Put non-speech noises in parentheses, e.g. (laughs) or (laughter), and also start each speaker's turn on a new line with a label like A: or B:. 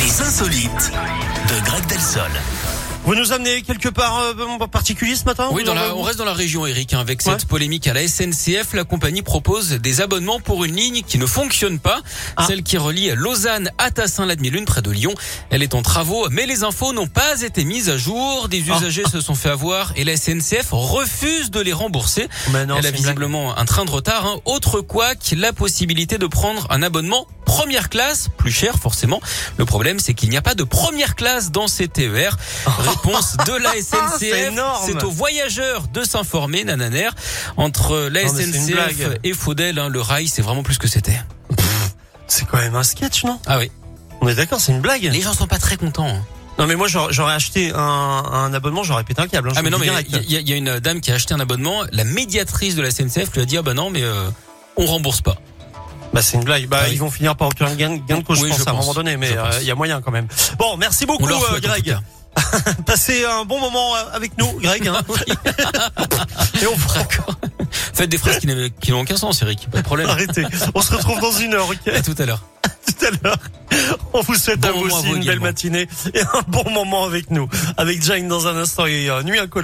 A: insolite de Greg Delsol.
B: Vous nous amenez quelque part euh, en particulier ce matin
C: Oui,
B: Ou
C: dans la-
B: va-
C: on reste dans la région, Eric. hein, avec cette
B: Ouais.
C: polémique à la SNCF, la compagnie propose des abonnements pour une ligne qui ne fonctionne pas,
B: Ah.
C: celle qui relie Lausanne à Tassin-la-Demi-Lune, près de Lyon. Elle est en travaux, mais les infos n'ont pas été mises à jour. Des
B: Ah.
C: usagers se sont fait avoir et la SNCF refuse de les rembourser.
B: Mais non,
C: Elle
B: c'est
C: a
B: une
C: visiblement un train de retard. hein. Autre couac, la possibilité de prendre un abonnement première classe, plus cher forcément. Le problème, c'est qu'il n'y a pas de première classe dans ces
B: (laughs)
C: TER. Réponse de la
B: C'est
C: SNCF.
B: énorme.
C: C'est aux voyageurs de s'informer, nananer. Entre la
B: Non, mais c'est une
C: SNCF
B: blague.
C: et Faudel, hein, le rail, c'est vraiment plus que c'était.
B: C'est quand même un sketch, non
C: Ah oui.
B: On est d'accord, c'est une blague.
C: Les gens sont pas très contents. hein.
B: Non mais moi j'aurais j'aurais acheté un, un abonnement, j'aurais pété un câble. hein, je
C: Ah mais
B: vous
C: non,
B: le
C: mais
B: dis
C: il y,
B: direct.
C: a- il y a une dame qui a acheté un abonnement. La médiatrice de la SNCF lui a dit, ah bah non, mais euh, on rembourse pas.
B: Bah c'est une blague. Bah
C: Ah oui.
B: ils vont finir par obtenir un gain, gain de cause,
C: Oui,
B: je pense,
C: je
B: à un
C: pense.
B: moment donné, mais
C: Je
B: euh,
C: pense.
B: il y a moyen quand même. Bon, merci beaucoup
C: On leur
B: euh,
C: souhaite, en tout
B: Greg.
C: cas.
B: (laughs) Passez un bon moment euh, avec nous, Greg.
C: (laughs)
B: hein. (laughs) Et on fera
C: D'accord. Faites des phrases qui n'ont- qui n'ont aucun sens, Eric. Pas de problème.
B: arrêter. On se retrouve dans une heure, ok
C: À tout à l'heure.
B: tout à l'heure. On vous souhaite
C: Bon
B: à vous
C: moment à
B: aussi
C: vous
B: une belle
C: également.
B: matinée et un bon moment avec nous. Avec Jane dans un instant et euh, nuit à